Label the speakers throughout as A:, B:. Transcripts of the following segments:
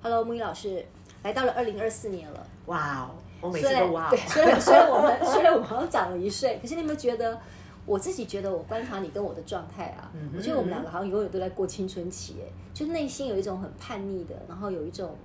A: Hello，木鱼老师，来到了二零二四年了。
B: 哇哦，我每
A: 虽
B: 次
A: 然
B: 都哇哦
A: 对，。虽然虽然我们 虽然我们好像长了一岁，可是你有没有觉得？我自己觉得，我观察你跟我的状态啊，
B: 嗯哼
A: 我觉得我们两个好像永远都在过青春期，哎，就内心有一种很叛逆的，然后有一种，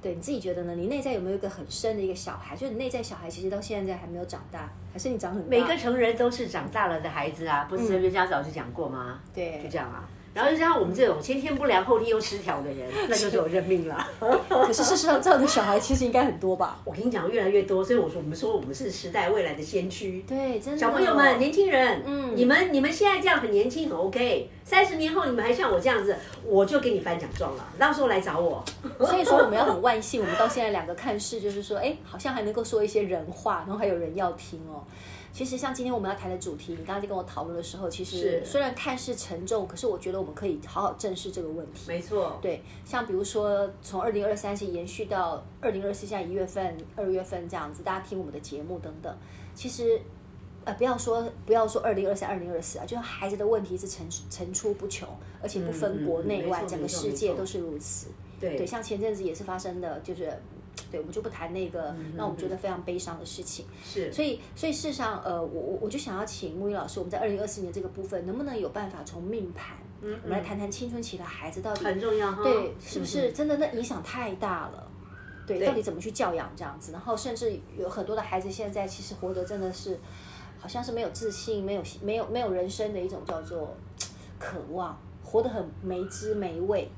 A: 对你自己觉得呢？你内在有没有一个很深的一个小孩？就你内在小孩，其实到现在还没有长大，还是你长很大？
B: 每个成人都是长大了的孩子啊，不是哲学家早就讲过吗？
A: 对
B: 就这样啊。然后就像我们这种先天不良后天又失调的人，那 就是有认命了。
A: 可是事实上，这样的小孩其实应该很多吧？
B: 我跟你讲，越来越多，所以我说我们说我们是时代未来的先驱。
A: 对，真的。
B: 小朋友们，年轻人，
A: 嗯
B: 嗯，你们你们现在这样很年轻，很 OK。三十年后你们还像我这样子，我就给你颁奖状了。到时候来找我。
A: 所以说我们要很万幸，我们到现在两个看事就是说，哎，好像还能够说一些人话，然后还有人要听哦。其实像今天我们要谈的主题，你刚刚在跟我讨论的时候，其实
B: 是
A: 虽然看似沉重，可是我觉得我们可以好好正视这个问题。
B: 没错，
A: 对，像比如说从二零二三是延续到二零二四，现在一月份、二月份这样子，大家听我们的节目等等，其实。呃，不要说不要说二零二三、二零二四啊，就是孩子的问题是层层出不穷，而且不分
B: 嗯嗯
A: 国
B: 嗯
A: 内
B: 没
A: 外，
B: 错
A: 整
B: 没
A: 个
B: 错
A: 世
B: 没
A: 界
B: 错
A: 都是如此。
B: 对
A: 对，像前阵子也是发生的，就是对我们就不谈那个让我们觉得非常悲伤的事情。
B: 嗯是
A: 所以，所以事实上，呃，我我我就想要请木鱼老师，我们在二零二四年这个部分，能不能有办法从命盘，我们来谈谈青春期的孩子到底
B: 嗯很重要哈。
A: 对是不是
B: 嗯？
A: 真的那影响太大了？对，
B: 对
A: 到底怎么去教养这样子？然后甚至有很多的孩子现在其实活得真的是，好像是没有自信，没有没有没有人生的一种叫做渴望，活得很没滋没味。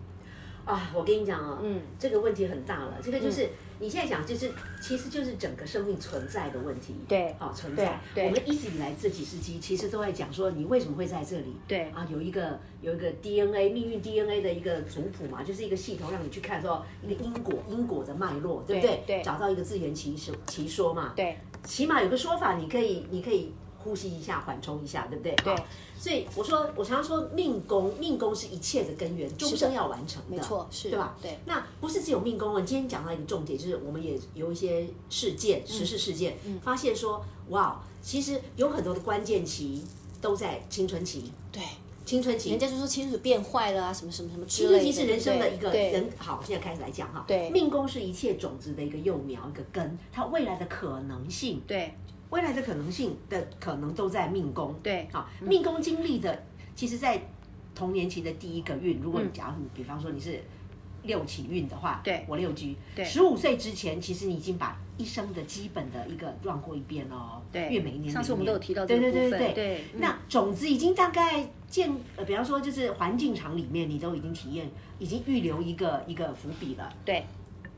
B: 啊，我跟你讲啊，
A: 嗯，
B: 这个问题很大了。这个就是、你现在讲，就是其实就是整个生命存在的问题。
A: 对
B: 好、存在。
A: 对对
B: 我们一直以来这几十集其实都在讲说，你为什么会在这里？
A: 对
B: 啊，有一个有一个 DNA 命运 DNA 的一个族谱嘛，就是一个系统让你去看说一个因果因果的脉络，对不对？
A: 对对
B: 找到一个自圆其说其说嘛。
A: 对，
B: 起码有个说法，你可以你可以呼吸一下，缓冲一下，对不对？
A: 对
B: 好。所以我说，我常说命宫，命宫是一切的根源，终生要完成的，
A: 没错是
B: 对吧？
A: 对
B: 那不是只有命宫，我今天讲到一个重点，就是我们也有一些事件、时事事件，
A: 嗯
B: 发现说，哇，其实有很多的关键期都在青春期，
A: 对，
B: 青春期
A: 人。家就说青春变坏了啊，什么什么什么之
B: 青
A: 类的。
B: 春期是人生的一个
A: 对
B: 人，好，现在开始来讲哈。
A: 对
B: 命宫是一切种子的一个幼苗，一个根，它未来的可能性。
A: 对
B: 未来的可能性的可能都在命宫。
A: 对嗯
B: 啊，命宫经历的，其实，在童年期的第一个运，如果你假如你比方说你是六起运的话，
A: 对
B: 我六居，对，十五岁之前，其实你已经把一生的基本的一个乱过一遍了哦。
A: 对
B: 越每一年，
A: 上次
B: 每一年
A: 我们都有提到这
B: 对
A: 个
B: 对对
A: 部分
B: 对
A: 对嗯
B: 那种子已经大概见，呃，比方说就是环境场里面，你都已经体验，已经预留一个一个伏笔了。
A: 对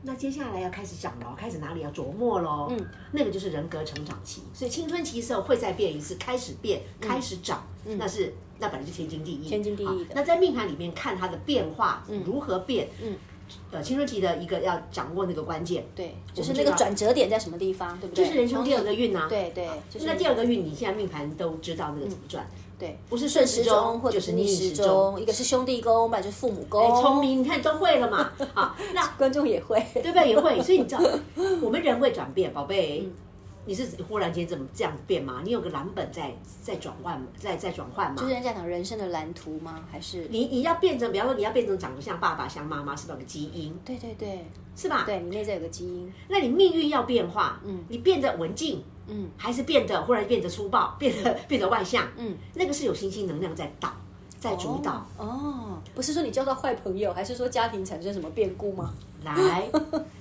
B: 那接下来要开始讲喽，开始哪里要琢磨喽？嗯，那个就是人格成长期，所以青春期的时候会再变一次，开始变，开始长，那是那本来就天经地义，
A: 嗯天经地义
B: 啊
A: 的
B: 那在命盘里面看它的变化、如何变，嗯，呃，青春期的一个要掌握那个关键，
A: 对，
B: 我
A: 就
B: 们
A: 是
B: 知
A: 那个
B: 道
A: 转折点在什么地方，对不对？
B: 就是人生第二个运呐、啊，
A: 对对，就是
B: 那第二个运你现在命盘都知道那个怎么转，
A: 对，
B: 不是
A: 顺
B: 顺
A: 时
B: 时
A: 钟
B: 钟
A: 或者是逆时
B: 就是逆时
A: 钟，一个是兄弟宫，不然就是父母宫。
B: 哎聪明，你看都会了 嘛，啊，那
A: 观众也会，
B: 对不对？也会，所以你知道，我们人会转变，宝贝。你是忽然间怎么这样变吗？你有个蓝本在在转换，在在转换吗
A: 就是？人家讲人生的蓝图吗？还是
B: 你你要变成，比方说你要变成长得像爸爸、像妈妈，是不是有个基因？
A: 对对对，
B: 是吧？。
A: 对你内在有个基因，
B: 那你命运要变化，嗯，你变得文静，
A: 嗯，
B: 还是变得忽然变得粗暴，变得变得外向，
A: 嗯，
B: 那个是有星星能量在导，在主导。
A: 哦，不是说你交到坏朋友，还是说家庭产生什么变故吗？
B: 来，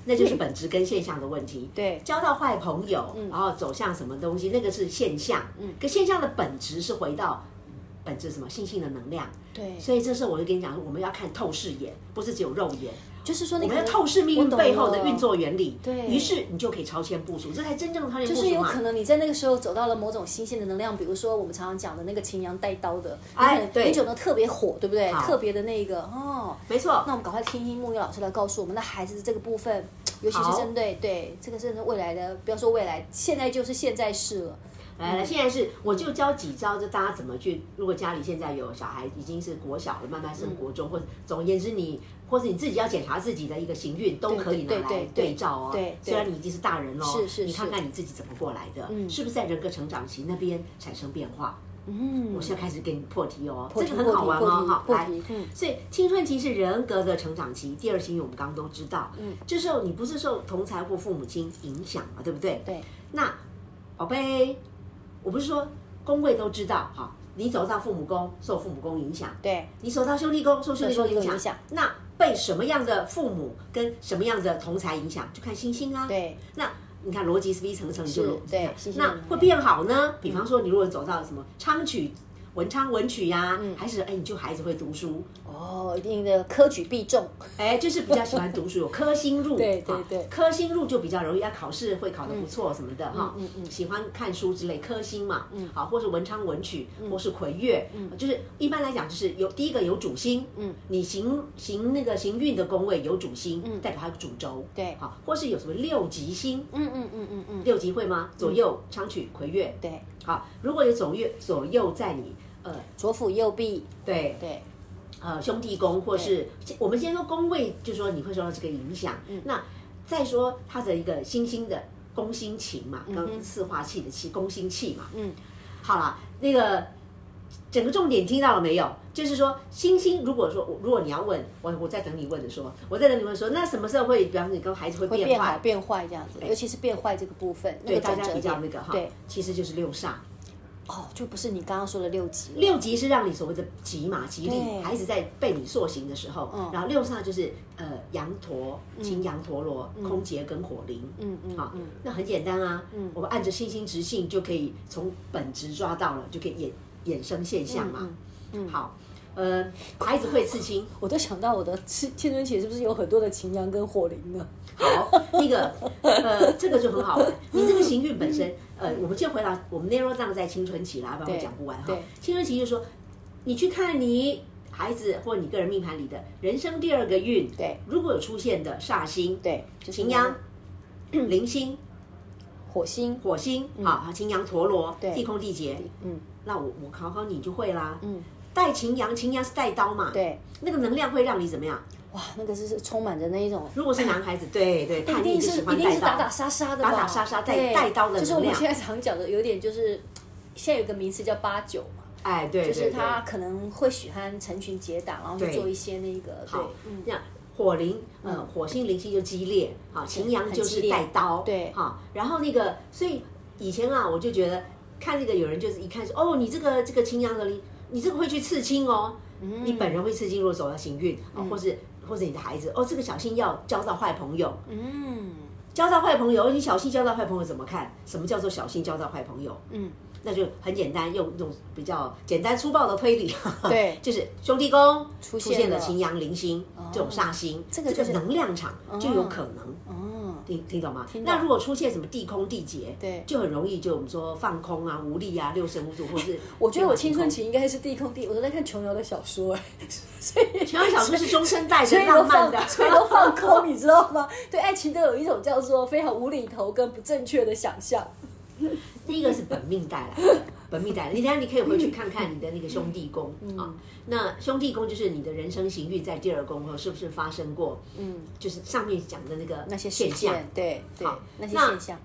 B: 那就是本质跟现象的问题。
A: 对
B: 交到坏朋
A: 嗯
B: 友，然后走向什么东西，那个是现象。嗯，可现象的本质是回到。本质是什么？性性的能量。
A: 对，
B: 所以这时候我就跟你讲，我们要看透视眼，不是只有肉眼。
A: 就是说
B: 我
A: 你可
B: 们要
A: 能
B: 透视命
A: 我
B: 运
A: 懂
B: 背后的
A: 了
B: 运作原理，
A: 对
B: 于是你就可以超前部署，这才真正的超前部署
A: 就
B: 嘛。
A: 是有可能你在那个时候走到了某种新鲜的能量，比如说我们常常讲的那个秦阳带刀的，
B: 哎
A: 你可能
B: 对
A: 你走的特别火，对不对？
B: 好
A: 特别的那个哦。
B: 没错
A: 那。我们赶快听听木月老师来告诉我们的孩子这个部分，尤其是
B: 好
A: 针对对这个是未来的，不要说未来，现在就是现在式了。
B: 来来，现在是我就教几招，就大家怎么去。如果家里现在有小孩已经是国小了，慢慢
A: 嗯
B: 升国中，或者总而言之你，或者你自己要检查自己的一个行运，都可以拿
A: 对对
B: 来
A: 对对
B: 对照哦。
A: 对对
B: 虽然你已经是大人了，哦
A: 是是
B: 你看
A: 是
B: 看你自己怎么过来的，
A: 嗯
B: 是不是在人格成长期那边产生变化？
A: 嗯，
B: 我现在开始给你破题哦，
A: 破题
B: 这个很好玩哦，哈，
A: 破
B: 来
A: 题破题破题嗯，
B: 所以青春期是人格的成长期，第二性欲我们刚刚都知道，
A: 嗯，
B: 这时候你不是受同才或父母亲影响嘛，对不对？
A: 对，
B: 那宝贝，我不是说宫位都知道哈，你走到父母宫受父母宫影响，
A: 对，
B: 你走到兄弟宫受兄弟宫
A: 受兄弟宫
B: 影
A: 影响
B: 响，那被什么样的父母跟什么样的同才影响，就看星星啊。
A: 对，
B: 那你看逻辑是不是一层层你就是逻
A: 对
B: 那
A: 星星的
B: 那
A: 能
B: 会
A: 量
B: 变好呢？比
A: 嗯
B: 方说，你如果走到什么昌曲、文昌文曲呀、
A: 嗯
B: 还是哎，你就孩子会读书，
A: 哦，一定的科举必中，
B: 哎，就是比较喜欢读书，有科星入，
A: 对对对
B: 啊科星入就比较容易，要啊考试会考得不错什么的哈，
A: 嗯嗯
B: 喜欢看书之类，科星嘛，嗯，好，或是文昌文曲，或是魁月，嗯，就是一般来讲就是有第一个有主星，嗯，你行行那个行运的宫位有主星，嗯，代表它有主轴，
A: 对
B: 好，或是有什么六吉星，
A: 嗯嗯嗯嗯嗯，
B: 六吉会吗？左右昌曲魁月，
A: 对，
B: 好，如果有左右左右在你呃
A: 左辅右弼，
B: 对
A: 对，
B: 呃兄弟宫，或是我们先说宫位，就说你会受到这个影响。
A: 嗯
B: 那再说它的一个星星的宫星情嘛，跟四化气的气宫星气嘛。
A: 嗯，
B: 好了，那个整个重点听到了没有？就是说星星，如果说我如果你要问我，我在等你问的说，我在等你问说，那什么时候会，比方说你跟孩子会
A: 会
B: 变
A: 变好
B: 坏？
A: 变坏这样子，尤其是变坏这个部分，那
B: 对
A: 个
B: 大
A: 转
B: 家
A: 折
B: 比较
A: 点，
B: 那个哈
A: 对，，
B: 其实就是六煞。
A: 哦，就不是你刚刚说的六级了，
B: 六级是让你所谓的骑马吉
A: 对
B: 利，孩子在被你塑形的时候，
A: 嗯
B: 然后六煞就是呃羊驼、擎羊陀罗、空劫跟火灵，
A: 嗯嗯
B: 好
A: 嗯，
B: 那很简单啊，我们按着星星直性就可以从本质抓到了，就可以衍衍生现象
A: 嗯
B: 嘛，好，呃，孩子会刺青，
A: 我都想到我的青青春期是不是有很多的秦阳跟火灵呢？
B: 好，那个呃，这个就很好玩。你这个行运本身，呃，我们就回到我们 narrow down 在青春期啦，不然我讲不完哈
A: 对。
B: 青春期就是说，你去看你孩子或你个人命盘里的人生第二个运，
A: 对，
B: 如果有出现的煞星、
A: 对，就是
B: 擎羊、
A: 嗯
B: 铃星、
A: 火星，
B: 火星，好，擎羊、陀螺、
A: 对
B: 地空、地劫，
A: 嗯，
B: 那我我考考你就会啦。
A: 嗯，
B: 带擎羊，擎羊是带刀嘛，，
A: 对，
B: 那个能量会让你怎么样？
A: 哇，那个是是充满着那一种。
B: 如果是男孩子，对对，
A: 一
B: 叛逆
A: 定
B: 就是喜
A: 一
B: 欢
A: 定
B: 带
A: 是
B: 刀，
A: 打打杀杀的吧，
B: 打打杀杀带
A: 对
B: 带刀的
A: 就是我
B: 能
A: 们
B: 量
A: 现在常讲的，有点就是现在有个名词叫八九嘛，
B: 哎，对，
A: 就是
B: 对对
A: 他可能会喜欢成群结党，然后去
B: 对
A: 做一些那个对
B: 好，那火灵，呃，火星灵性就激烈，啊，擎羊就是带
A: 嗯
B: 刀，
A: 很激烈对
B: 哈，然后那个，所以以前啊，我就觉得看这个有人就是一看说，哦，你这个这个擎羊的灵，你这个会去刺青哦，
A: 嗯
B: 你本人会刺青，如果走到行运啊，或是或者你的孩子，哦，这个小心要交到坏朋友，
A: 嗯
B: 交到坏朋友，你小心交到坏朋友怎么看？什么叫做小心交到坏朋友？
A: 嗯，
B: 那就很简单，用用比较简单粗暴的推理，
A: 对
B: 就是兄弟宫
A: 出
B: 出
A: 现了哦
B: 现了擎羊零星、这种煞星，
A: 这
B: 这
A: 个
B: 个、
A: 就是
B: 能量场就有可能。
A: 哦，
B: 听听懂吗
A: 懂
B: 那如果出现什么地空地劫，
A: 对
B: 就很容易就我们说放空啊、无力啊、六神无主，或是
A: 我觉得我青春
B: 期，
A: 期应该是地空地，我都在看琼瑶的小说，哎， 所以
B: 全文小说是中 生代
A: 所
B: 的
A: 以都
B: 浪漫
A: 放
B: 的，，
A: 所以都放空，你知道吗？对爱情都有一种叫做非常无厘头跟不正确的想象。
B: 那个是本命带来的，本命带来的。你等一下你可以回去看看你的那个兄弟宫、
A: 嗯
B: 啊。那兄弟宫就是你的人生行运在第二宫后是不是发生过？嗯，就是上面讲的那个
A: 那些事
B: 现象。
A: 件，对对
B: 好，
A: 那些
B: 那
A: 现象，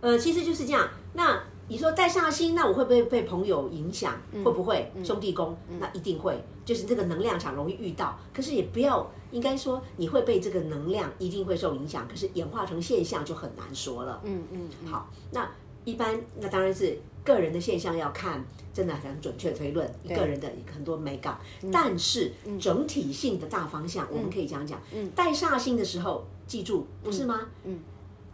B: 呃，其实就是这样。那你说带煞星，那我会不会被朋友影响？
A: 嗯
B: 会不会兄弟宫？那一定会，就是这个能量场容易遇到。可是也不要，应该说你会被这个能量一定会受影响，可是演化成现象就很难说了。
A: 嗯嗯，嗯
B: 好，那一般那当然是个人的现象要看，真的很难准确推论个人的很多美感，
A: 嗯
B: 但是整体性的大方向，我们可以讲讲。带煞星的时候，记住不是吗？
A: 嗯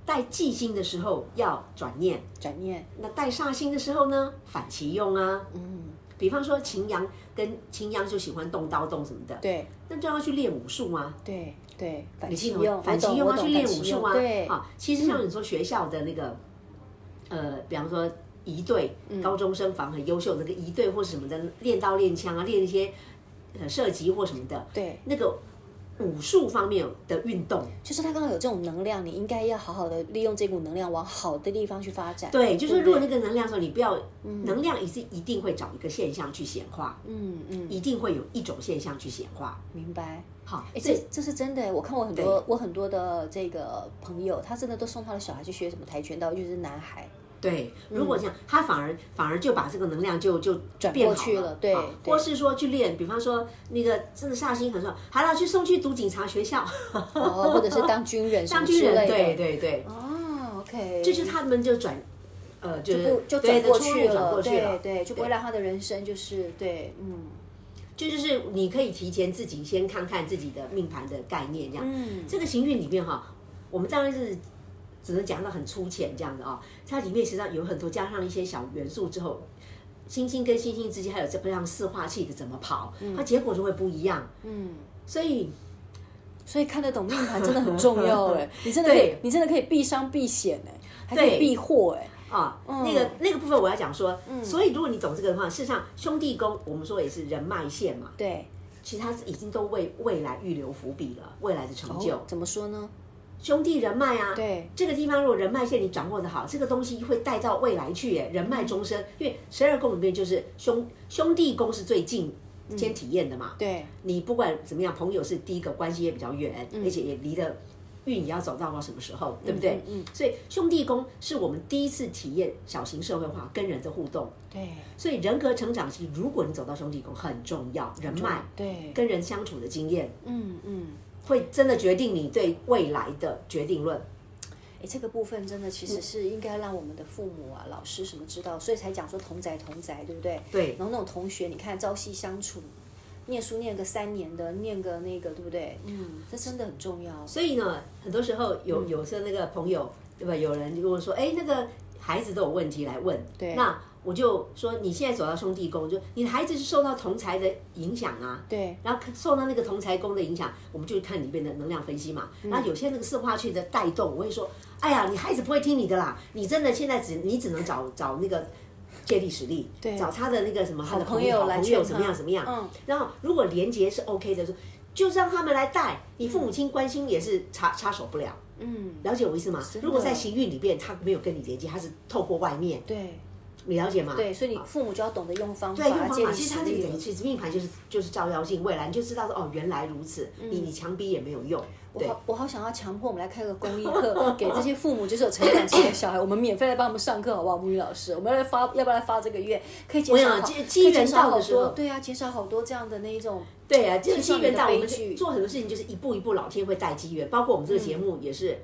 B: 带忌星的时候要转念，
A: 转念，
B: 那带煞星的时候呢，反其用啊。
A: 嗯，
B: 比方说秦阳跟秦阳就喜欢动刀动什么的，
A: 对
B: 那就要去练武术啊吗？
A: 对对，反
B: 你
A: 其
B: 记得
A: 用，
B: 吗
A: 我
B: 反
A: 懂
B: 其用
A: 我
B: 要
A: 懂
B: 去练
A: 反其
B: 武术
A: 用
B: 啊。
A: 对，
B: 啊，其实像你说学校的那个，呃，比方说一队
A: 嗯
B: 高中生反而很优秀的那个一队或是什么的，练刀练枪啊，练一些呃射击或什么的，
A: 对，
B: 那个武术方面的运动，
A: 就是他刚刚有这种能量，你应该要好好的利用这股能量往好的地方去发展。
B: 对，就是
A: 不
B: 如果
A: 对
B: 那个能量的时候，你不要能量也是一定会找一个现象去显化，
A: 嗯嗯，
B: 一定会有一种现象去显化。
A: 明白。
B: 好，
A: 哎，这
B: 所以
A: 这是真的诶，我看我很多我很多的这个朋友，他真的都送他的小孩去学什么跆拳道，尤其是男孩。
B: 对，如果这样，他反而反而就把这个能量就就转
A: 嗯过去了对对
B: 啊或是说去练，比方说那个真的煞星很说，好了，去送去读警察 学校，
A: 哦，或者是当军人什么
B: 当
A: 之
B: 军人，
A: 类的。
B: 对对对，
A: 哦，OK，
B: 就是他们就转，呃，就
A: 不
B: 是
A: 就
B: 对
A: 转过
B: 出路
A: 去
B: 转
A: 了，
B: 过去
A: 对
B: 了，
A: 对，就不会让他的人生就是对，嗯
B: 这就是你可以提前自己先看看自己的命盘的概念，这样，
A: 嗯，
B: 这个行运里面哈，我们当然是只能讲到很粗浅这样子啊、它里面实际上有很多加上一些小元素之后，星星跟星星之间还有这不像四化气的怎么跑，它结果就会不一样。
A: 嗯，
B: 所以
A: 所以看得懂命盘真的很重要 哎，你真的可以
B: 对，
A: 你真的可以避伤避险哎，还可以
B: 对
A: 避祸哎，
B: 啊，那个那个部分我要讲说，
A: 嗯
B: 所以如果你懂这个的话，事实上兄弟宫我们说也是人脉线嘛，
A: 对，
B: 其实它是已经都为未来预留伏笔了，未来的成就，
A: 哦怎么说呢？
B: 兄弟人脉啊，
A: 对，
B: 这个地方如果人脉线你掌握的好，这个东西会带到未来去耶，人脉终身。因为十二宫里面就是兄兄弟宫是最近先体验的嘛，
A: 嗯对，
B: 你不管怎么样，朋友是第一个，关系也比较远，而且也离得运也要走到到什么时候，对不对？
A: 嗯嗯嗯
B: 所以兄弟宫是我们第一次体验小型社会化跟人的互动，
A: 对，
B: 所以人格成长期，如果你走到兄弟宫很重要，人脉
A: 对，
B: 跟人相处的经验
A: 嗯嗯，
B: 会真的决定你对未来的决定论。
A: 哎，这个部分真的其实是应该让我们的父母啊、老师什么知道，所以才讲说同宅同宅，对不对？
B: 对
A: 然后那种同学，你看朝夕相处，念书念个三年的，念个那个，对不对？嗯，这真的很重要。
B: 所以呢，很多时候有
A: 嗯
B: 有时候那个朋友，对吧？有人如果说，哎，那个孩子都有问题来问，
A: 对
B: 那我就说你现在走到兄弟宫，就你的孩子是受到同才的影响啊，
A: 对，
B: 然后受到那个同才宫的影响，我们就看里面的能量分析嘛。
A: 嗯
B: 然后有些那个四化区的带动，我会说，哎呀，你孩子不会听你的啦，你真的现在只你只能找找那个。借力使力，
A: 对
B: 找他的那个什么，他的
A: 朋
B: 朋
A: 友
B: 友、好
A: 来
B: 朋
A: 劝
B: 友
A: 他
B: 怎么样怎么样？
A: 嗯，
B: 然后如果连接是 OK 的，说就让他们来带，你父母亲关心也是插插手不了，
A: 嗯，
B: 了解我意思吗
A: 真？的
B: 如果在行运里面他没有跟你连接，他是透过外面，
A: 对
B: 你了解吗？
A: 对，所以你父母就要懂得用方法，
B: 对，用方
A: 建
B: 法，
A: 立
B: 其实它
A: 实
B: 那个
A: 力
B: 等于
A: 了。
B: 其实命盘就是就是照妖镜，未来你就知道说哦，原来如此，你你强逼也没有用，
A: 我
B: 对
A: 好，我好想要强迫我们来开个公益课，给这些父母就是有成长期的小孩，我们免费来帮他们上课，好不好？母语老师，我们来发，要不要来发这个月？可以减
B: 我
A: 少
B: 想
A: 好，
B: 机
A: 可以
B: 机缘
A: 减少
B: 到的
A: 好
B: 时候
A: 多，对啊，减少好多这样的那一种，
B: 对啊，就是
A: 上
B: 机缘
A: 的
B: 到，我
A: 悲
B: 们
A: 剧
B: 做很多事情就是一步一步，老天会带机缘，包括我们这个节
A: 嗯
B: 目也是，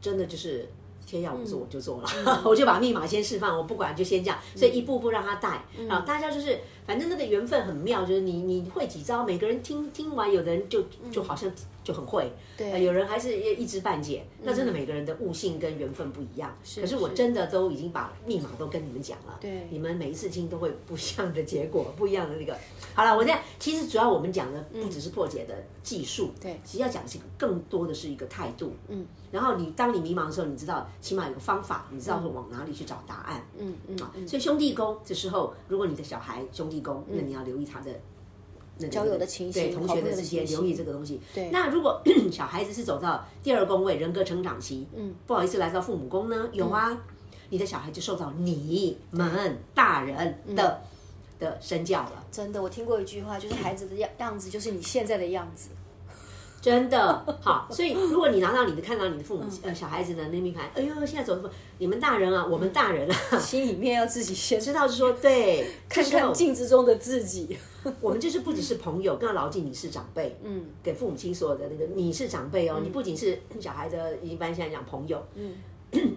B: 真的就是。天要我做我就做了，
A: 嗯
B: 我就把密码先释放，我不管就先这样，所以一步步让他带，
A: 嗯
B: 然后大家就是反正那个缘分很妙，就是你你会几招，每个人听听完，有的人就就好像就很会，
A: 嗯对
B: 呃有人还是一知半解，那真的每个人的悟性跟缘分不一样。可是我
A: 是
B: 真的都已经把密码都跟你们讲了，
A: 对
B: 你们每一次听都会不一样的结果，不一样的那个。好了，我这样其实主要我们讲的不只是破解的技术，
A: 嗯对
B: 其实要讲的是更多的是一个态度，
A: 嗯，
B: 然后你当你迷茫的时候，你知道起码有个方法，你知道说往哪里去找答案，
A: 嗯嗯
B: 啊，
A: 嗯，
B: 所以兄弟宫这时候，如果你的小孩兄弟宫，那你要留意他的。那个
A: 交友的情形
B: 对同学
A: 好朋友
B: 的
A: 的
B: 之间
A: 情
B: 留意
A: 形
B: 这个东西。
A: 对
B: 那如果 小孩子是走到第二宫位人格成长期，嗯，不好意思来到父母宫呢，有啊，
A: 嗯
B: 你的小孩就受到你们大人
A: 嗯
B: 的、的身教了。
A: 真的，我听过一句话，就是孩子的样样子就是你现在的样子。
B: 真 的好，所以如果你拿到你的看到你的父母
A: 嗯
B: 呃小孩子的那命盘，哎呦，现在走什么？你们大人啊，我们大人啊，
A: 心里面要自己先
B: 知道是说对，
A: 嗯看
B: 这时候
A: 看镜子中的自己。
B: 我们就是不只是朋友，更要牢记你是长辈。嗯，给父母亲所有的那个你是长辈哦，你不仅是小孩的，一般现在讲朋友，嗯，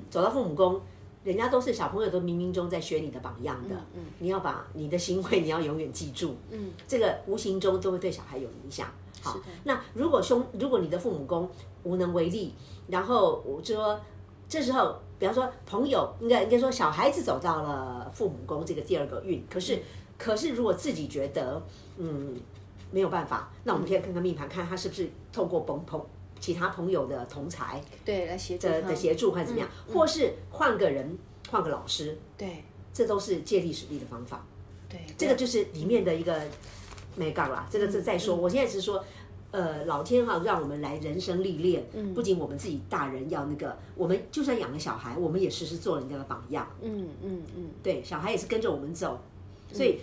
B: 走到父母宫，人家都是小朋友，都冥冥中在学你的榜样的。嗯，你要把你的行为，你要永远记住。嗯，这个无形中都会对小孩有影响。好，那如果兄，如果你的父母宫无能为力，然后我就说这时候，比方说朋友，应该应该说小孩子走到了父母宫这个第二个运，可是。可是如果自己觉得嗯没有办法，那我们可以看看命盘，看他是不是透过朋朋其他朋友的同才
A: 对，来协助他
B: 的协助，或者怎么样，或是换个人，换个老师，
A: 对
B: 这都是借力使力的方法。
A: 对，
B: 这个就是里面的一个美杠啦，这个是再说。我现在是说，呃，老天哈、让我们来人生历练，不仅我们自己大人要那个，我们就算养了小孩，我们也时时做人家的榜样，
A: 嗯嗯嗯，
B: 对，小孩也是跟着我们走，所以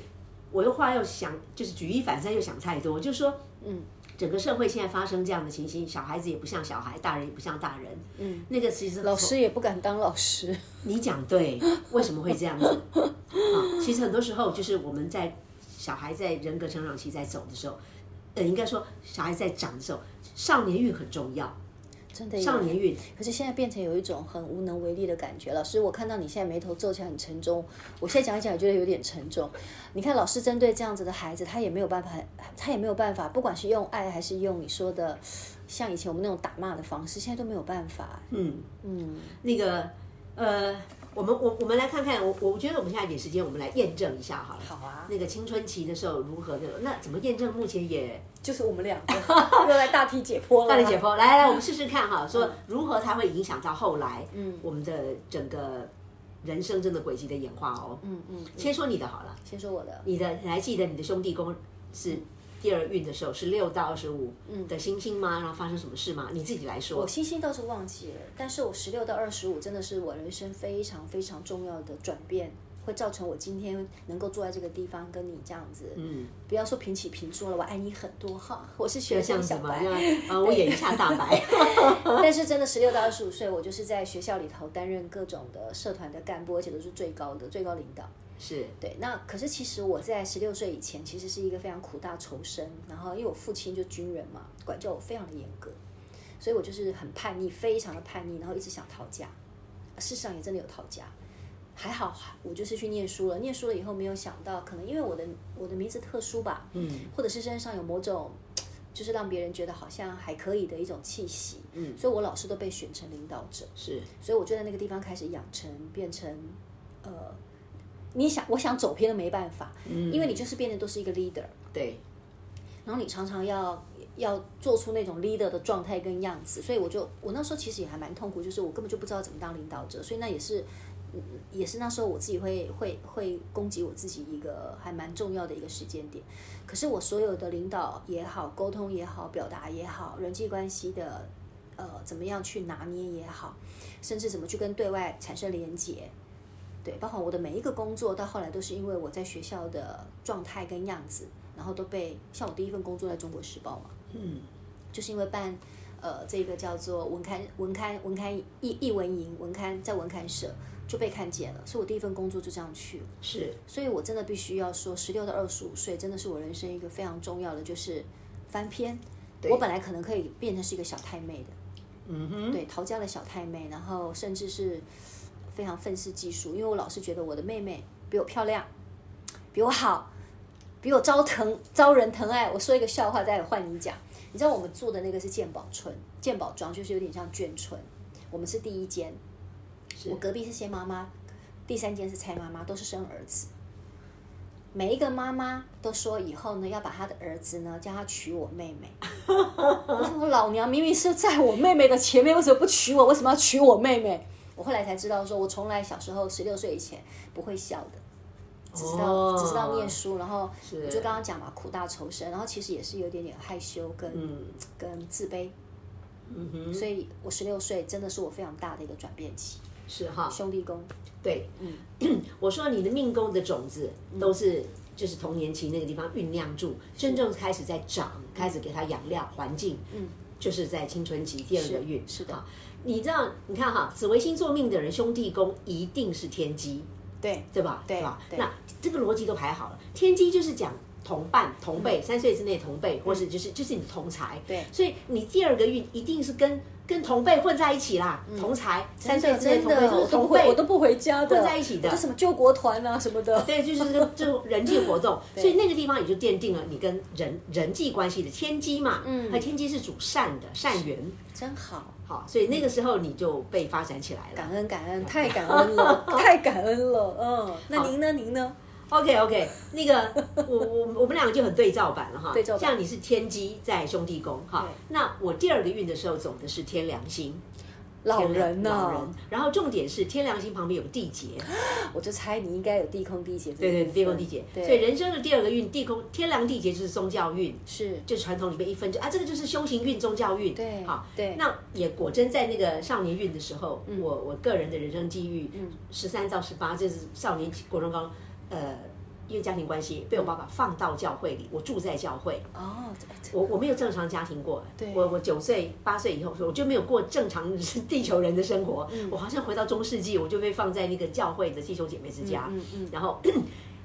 B: 我又话又想，就是举一反三，又想太多，就是说，嗯。整个社会现在发生这样的情形，小孩子也不像小孩，大人也不像大人。嗯，那个其实
A: 老师也不敢当老师，
B: 你讲对，为什么会这样子？啊，其实很多时候就是我们在小孩在人格成长期在走的时候，呃，应该说小孩在长的时候，少年运很重要。
A: 真的耶
B: 少年运，
A: 可是现在变成有一种很无能为力的感觉。老师，我看到你现在眉头皱起来很沉重，我现在讲一讲，也觉得有点沉重。你看，老师针对这样子的孩子，他也没有办法，他也没有办法，不管是用爱还是用你说的，像以前我们那种打骂的方式，现在都没有办法。
B: 嗯嗯，那个呃，我们我我们来看看，我我觉得我们现在一点时间，我们来验证一下好了。
A: 好啊
B: 那个青春期的时候如何的？那怎么验证？目前也
A: 就是我们两个 又来大题解剖了，
B: 大力解剖，来来，我们试试看哈，说如何它会影响到后来，嗯，我们的整个人生真的轨迹的演化哦。嗯嗯，先说你的好了。
A: 先说我的，
B: 你的你还记得你的兄弟宫是第二运的时候是六到二十五的星星吗？然后发生什么事吗？你自己来
A: 嗯
B: 说
A: 我。星星倒是忘记了，但是我十六到二十五真的是我人生非常非常重要的转变，会造成我今天能够坐在这个地方跟你这样子，
B: 嗯，
A: 不要说平起平坐了，我爱你很多哈，我是
B: 要
A: 学
B: 这样
A: 生
B: 子
A: 小
B: 吗？
A: 白，
B: 那呃，我演一下大白。
A: 但是真的十六到二十五岁，我就是在学校里头担任各种的社团的干部，而且都是最高的最高领导。
B: 是，
A: 对，那可是其实我在十六岁以前，其实是一个非常苦大仇深，然后因为我父亲就军人嘛，管教我非常的严格，所以我就是很叛逆，非常的叛逆，然后一直想逃家，事实上也真的有逃家。还好，我就是去念书了。念书了以后，没有想到，可能因为我的我的名字特殊吧，
B: 嗯
A: 或者是身上有某种，就是让别人觉得好像还可以的一种气息，
B: 嗯，
A: 所以我老是都被选成领导者。
B: 是，
A: 所以我就在那个地方开始养成，变成，呃，你想我想走偏都没办法，
B: 嗯
A: 因为你就是变得都是一个 leader，
B: 对，
A: 然后你常常要要做出那种 leader 的状态跟样子，所以我就我那时候其实也还蛮痛苦，就是我根本就不知道怎么当领导者，所以那也是。嗯也是那时候我自己会会会攻击我自己一个还蛮重要的一个时间点，可是我所有的领导也好，沟通也好，表达也好，人际关系的呃怎么样去拿捏也好，甚至怎么去跟对外产生连接。对，包括我的每一个工作，到后来都是因为我在学校的状态跟样子，然后都被像我第一份工作在《中国时报》嘛，
B: 嗯
A: 就是因为办呃这个叫做文刊文刊文刊艺艺文营文刊在文刊社就被看见了，所以我第一份工作就这样去了。
B: 是，
A: 所以我真的必须要说，十六到二十五岁真的是我人生一个非常重要的，就是翻篇。我本来可能可以变成是一个小太妹的，
B: 嗯哼，
A: 对，逃家的小太妹，然后甚至是非常愤世嫉俗，因为我老是觉得我的妹妹比我漂亮，比我好，比我招疼招人疼爱。我说一个笑话，再换你讲。你知道我们住的那个是鉴宝村，鉴宝庄就是有点像眷村，我们是第一间，
B: 是
A: 我隔壁是谢妈妈，第三间是蔡妈妈，都是生儿子。每一个妈妈都说以后呢，要把她的儿子呢叫他娶我妹妹。我说我老娘明明是在我妹妹的前面，为什么不娶我？为什么要娶我妹妹？我后来才知道说我从来小时候十六岁以前不会笑的，只知道、
B: 哦
A: 只知道念书，然后
B: 是
A: 我就刚刚讲嘛，苦大仇深，然后其实也是有一点点害羞跟、
B: 嗯
A: 跟自卑，
B: 嗯哼，
A: 所以我十六岁真的是我非常大的一个转变期，
B: 是哈，
A: 兄弟宫。
B: 对，我说你的命宫的种子
A: 嗯
B: 都是。就是童年期那个地方酝酿住，真正开始在长，开始给它养料、环境，嗯，就是在青春期第二个运。
A: 是的
B: 好，你知道，你看哈，紫微星座命的人，兄弟宫一定是天机，
A: 对
B: 对吧？
A: 对
B: 是吧？
A: 对
B: 那这个逻辑都排好了，天机就是讲同伴、同辈，三岁之内同辈，或是就是就是你的同才。
A: 嗯对
B: 所以你第二个运一定是跟跟同辈混在一起啦，同才三岁之内
A: 嗯真
B: 同辈
A: 的，
B: 就
A: 我都
B: 是
A: 不
B: 同
A: 会，我
B: 辈。
A: 都不回家的，
B: 混在一起的
A: 我就什么救国团啊什么的。
B: 对，就是这个就人际 活动，所以那个地方也就奠定了你跟人人际关系的天机嘛。嗯，那天机是主善的善缘，
A: 真好，
B: 好，所以那个时候你就被发展起来了。
A: 感恩感恩，太感恩了，太感恩了。嗯，那您呢？您呢？
B: OK OK，那个我我我们两个就很对照版了哈。
A: 对照版
B: 像你是天机在兄弟宫哈
A: 对，
B: 那我第二个运的时候走的是天良星，
A: 老
B: 天良
A: 人啊呢、
B: 老人。然后重点是天良星旁边有地劫，
A: 我就猜你应该有地空地劫这
B: 对
A: 个
B: 对，
A: 部分。
B: 地宫地劫。
A: 对，
B: 所以人生的第二个运地宫天良地劫就是宗教运，
A: 是
B: 就传统里面一分就啊，这个就是修行运、宗教运。
A: 对
B: 好，
A: 对嗯
B: 那也果真在那个少年运的时候，我我个人的人生际遇，十三到十八，就是少年国中高，呃，因为家庭关系被我爸爸放到教会
A: 嗯
B: 里，我住在教会，
A: 哦，这这
B: 我我没有正常家庭过，
A: 对
B: 我我九岁八岁以后，我就没有过正常地球人的生活，
A: 嗯
B: 我好像回到中世纪，我就被放在那个教会的弟兄姐妹之家，
A: 嗯嗯
B: 然后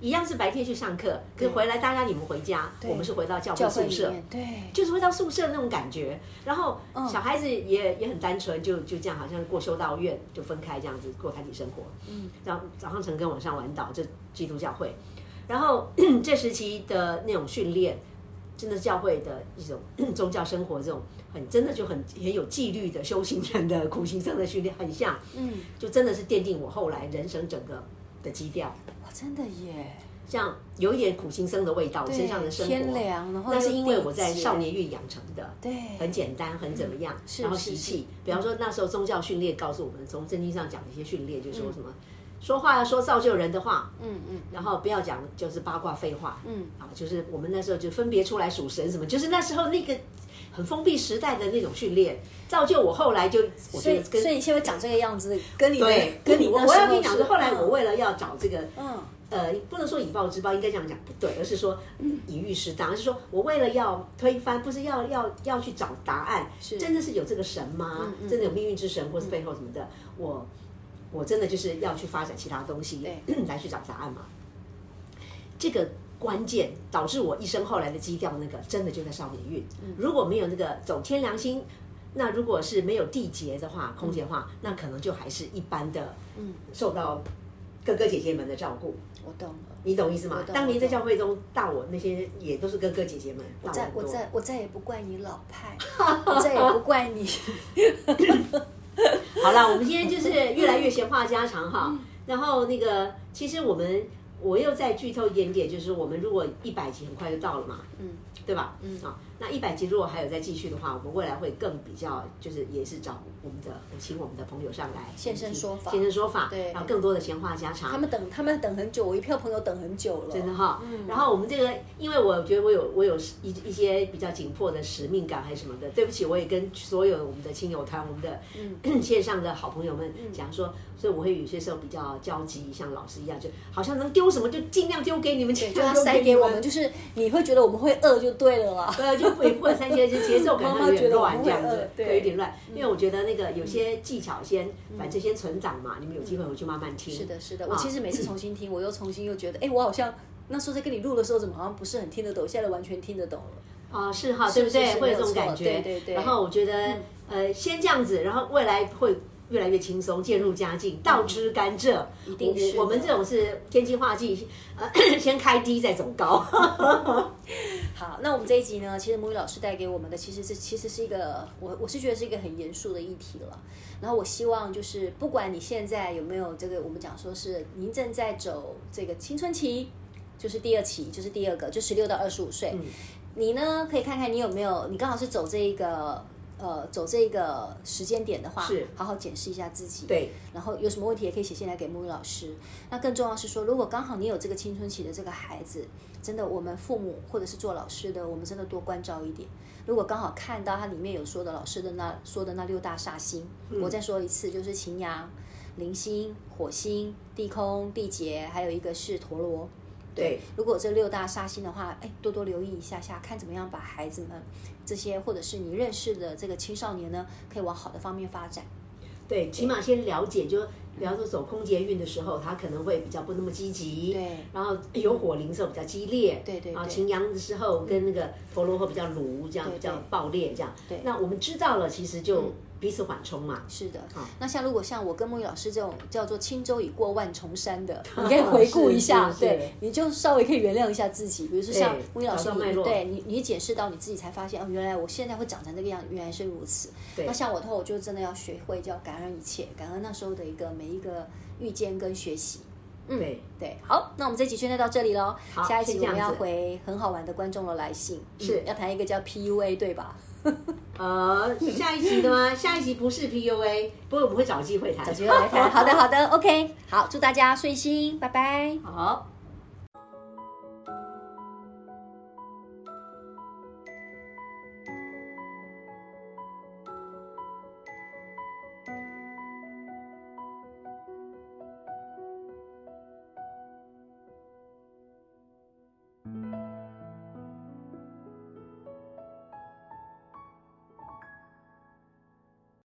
B: 一样是白天去上课，可是回来大家你们回家，我们是回到教会
A: 教会
B: 宿
A: 里
B: 舍，
A: 面对，
B: 就是会到宿舍那种感觉。然后
A: 嗯
B: 小孩子也、也很单纯，就就这样，好像过修道院就分开这样子过团体生活。嗯，然后早上晨跟晚上晚祷，就基督教会。然后 这时期的那种训练，真的是教会的一种 宗教生活，这种很真的就很很有纪律的修行人的苦行僧的训练，很像，
A: 嗯，
B: 就真的是奠定我后来人生整个的基调，
A: 哇，真的耶，
B: 像有一点苦行僧的味道，我身上的生活。
A: 天凉，然后
B: 那是
A: 又
B: 因为
A: 地
B: 我在
A: 劫
B: 少年运养成的，
A: 对
B: 很简单，很怎么样，
A: 是
B: 然后
A: 是
B: 习
A: 是
B: 气。比方说那时候宗教训练告诉我们，从圣经上讲的一些训练，就说什么、说话要说造就人的话，
A: 嗯嗯
B: 然后不要讲就是八卦废话，
A: 嗯
B: 啊，就是我们那时候就分别出来属神什么，就是那时候那个很封闭时代的那种训练，造就我后来就我
A: 所
B: 觉
A: 以
B: 得跟
A: 所以你现在长这个样子，跟你的
B: 对
A: 跟你
B: 我
A: 那
B: 我
A: 时
B: 要
A: 候
B: 跟你讲
A: 是
B: 说，后来
A: 嗯
B: 我为了要找这个
A: 嗯
B: 呃，不能说以暴制暴，应该这样讲不对，而是说以喻适当，而是说我为了要推翻，不是要要要去找答案，
A: 是嗯
B: 真的是有这个神吗？真的有命运之神，或是背后什么的？我我真的就是要去发展其他东西， 来去找答案嘛。这个关键导致我一生后来的基调，那个真的就在少年运。
A: 嗯
B: 如果没有那个走天良心，那如果是没有地劫的
A: 嗯
B: 话，空劫的话，那可能就还是一般的，嗯，受到哥哥姐姐们的照顾。
A: 我懂了。
B: 你懂意思吗？
A: 懂
B: 当年
A: 我
B: 在
A: 懂
B: 教会中大我那些也都是哥哥姐姐们，大
A: 再
B: 很
A: 我
B: 多
A: 再我再也不怪你老 派，我再也不怪你。
B: 好啦，我们今天就是越来越闲话家常哈。然后那个，其实我们我又再剧透一点点，就是我们如果一百集很快就到了嘛，嗯，对吧？嗯啊，那一百集如果还有再继续的话，我们未来会更比较，就是也是找我们的请我们的朋友上来
A: 现身说法
B: 现身说法，
A: 对
B: 然后更多的闲话家常
A: 他。们等他们等很久，我一票朋友等很久了。
B: 真的哈、
A: 嗯
B: 然后我们这个，因为我觉得我有我有一一些比较紧迫的使命感还是什么的，对不起，我也跟所有我们的亲友团、我们的、
A: 嗯
B: 线上的好朋友们讲说，所以我会有些时候比较焦急，像老师一样，就好像能丢什么就尽量丢给你们，尽
A: 对，就
B: 量
A: 要
B: 丢
A: 塞给我
B: 你
A: 们，就是你会觉得我们会饿就对了啦。
B: 对， 啊就鬼破三千，就节 奏感上有点乱这样
A: 妈妈觉得我们会
B: 子
A: 饿，
B: 对，
A: 对嗯
B: 有点乱。因为我觉得那个有些技巧先，反正先存档嘛，你们有机会回去慢慢听。
A: 嗯是的，是的，我其实每次重新听，我又重新又觉得，哎，我好像那时候在跟你录的时候，怎么好像不是很听得懂，现在完全听得懂了。
B: 啊，是哈，对不对
A: 是？是
B: 会有
A: 没
B: 这
A: 有
B: 种感
A: 错
B: 觉，
A: 对对对嗯
B: 然后我觉得，呃，先这样子，然后未来会越来越轻松，渐入佳境，倒吃甘蔗。一
A: 嗯定是的
B: 我们这种是天机化忌，呃， 先开低再走高。
A: 好，那我们这一集呢，其实母语老师带给我们的，其实是其实是一个，我我是觉得是一个很严肃的议题了。然后我希望就是，不管你现在有没有这个，我们讲说是您正在走这个青春期，就是第二期，就是第二个，就十六到二十五岁，你呢可以看看你有没有，你刚好是走这一个。呃，走这个时间点的话，
B: 是
A: 好好检视一下自己。
B: 对，
A: 然后有什么问题也可以写信来给木鱼老师。那更重要是说，如果刚好你有这个青春期的这个孩子，真的我们父母或者是做老师的，我们真的多关照一点。如果刚好看到它里面有说的老师的那说的那六大煞星，我再说一次，就是擎羊、铃星、火星、地空、地劫，还有一个是陀螺。
B: 对，
A: 如果有这六大煞星的话，哎，多多留意一下下，看怎么样把孩子们这些，或者是你认识的这个青少年呢，可以往好的方面发展。
B: 对，起码先了解，就比方说走空捷运的时候，他可能会比较不那么积极，
A: 对
B: 然后有火灵的时候比较激烈，
A: 对对
B: 然后
A: 对
B: 擎羊的时候跟那个陀螺会比较炉，这样
A: 对
B: 比较
A: 对
B: 爆裂，这样。
A: 对嗯
B: 那我们知道了，其实就彼此缓冲嘛。
A: 是的
B: 好，
A: 那像如果像我跟木鱼老师这种叫做轻舟已过万重山 的，你可以回顾一下，
B: 是是是
A: 对，你就稍微可以原谅一下自己。比如说像
B: 对
A: 木鱼老师
B: 找到脉
A: 你，
B: 络
A: 对你，你解释到你自己才发现，哦，原来我现在会长成这个样，原来是如此。那像我的话，我就真的要学会叫感恩一切，感恩那时候的一个每一个遇见跟学习。嗯
B: 对，
A: 对，好，那我们这集宣就到这里喽。
B: 好
A: 下一集
B: 先
A: 我
B: 这
A: 们
B: 样
A: 要
B: 子
A: 回很好玩的观众的来信，
B: 是
A: 嗯要谈一个叫 PUA 对 吧？
B: 呃，下一集的吗？下一集不是 PUA，不过我们会找机会谈，
A: 找机会来谈。好的，好的，OK，好，祝大家顺心，拜拜。
B: 好。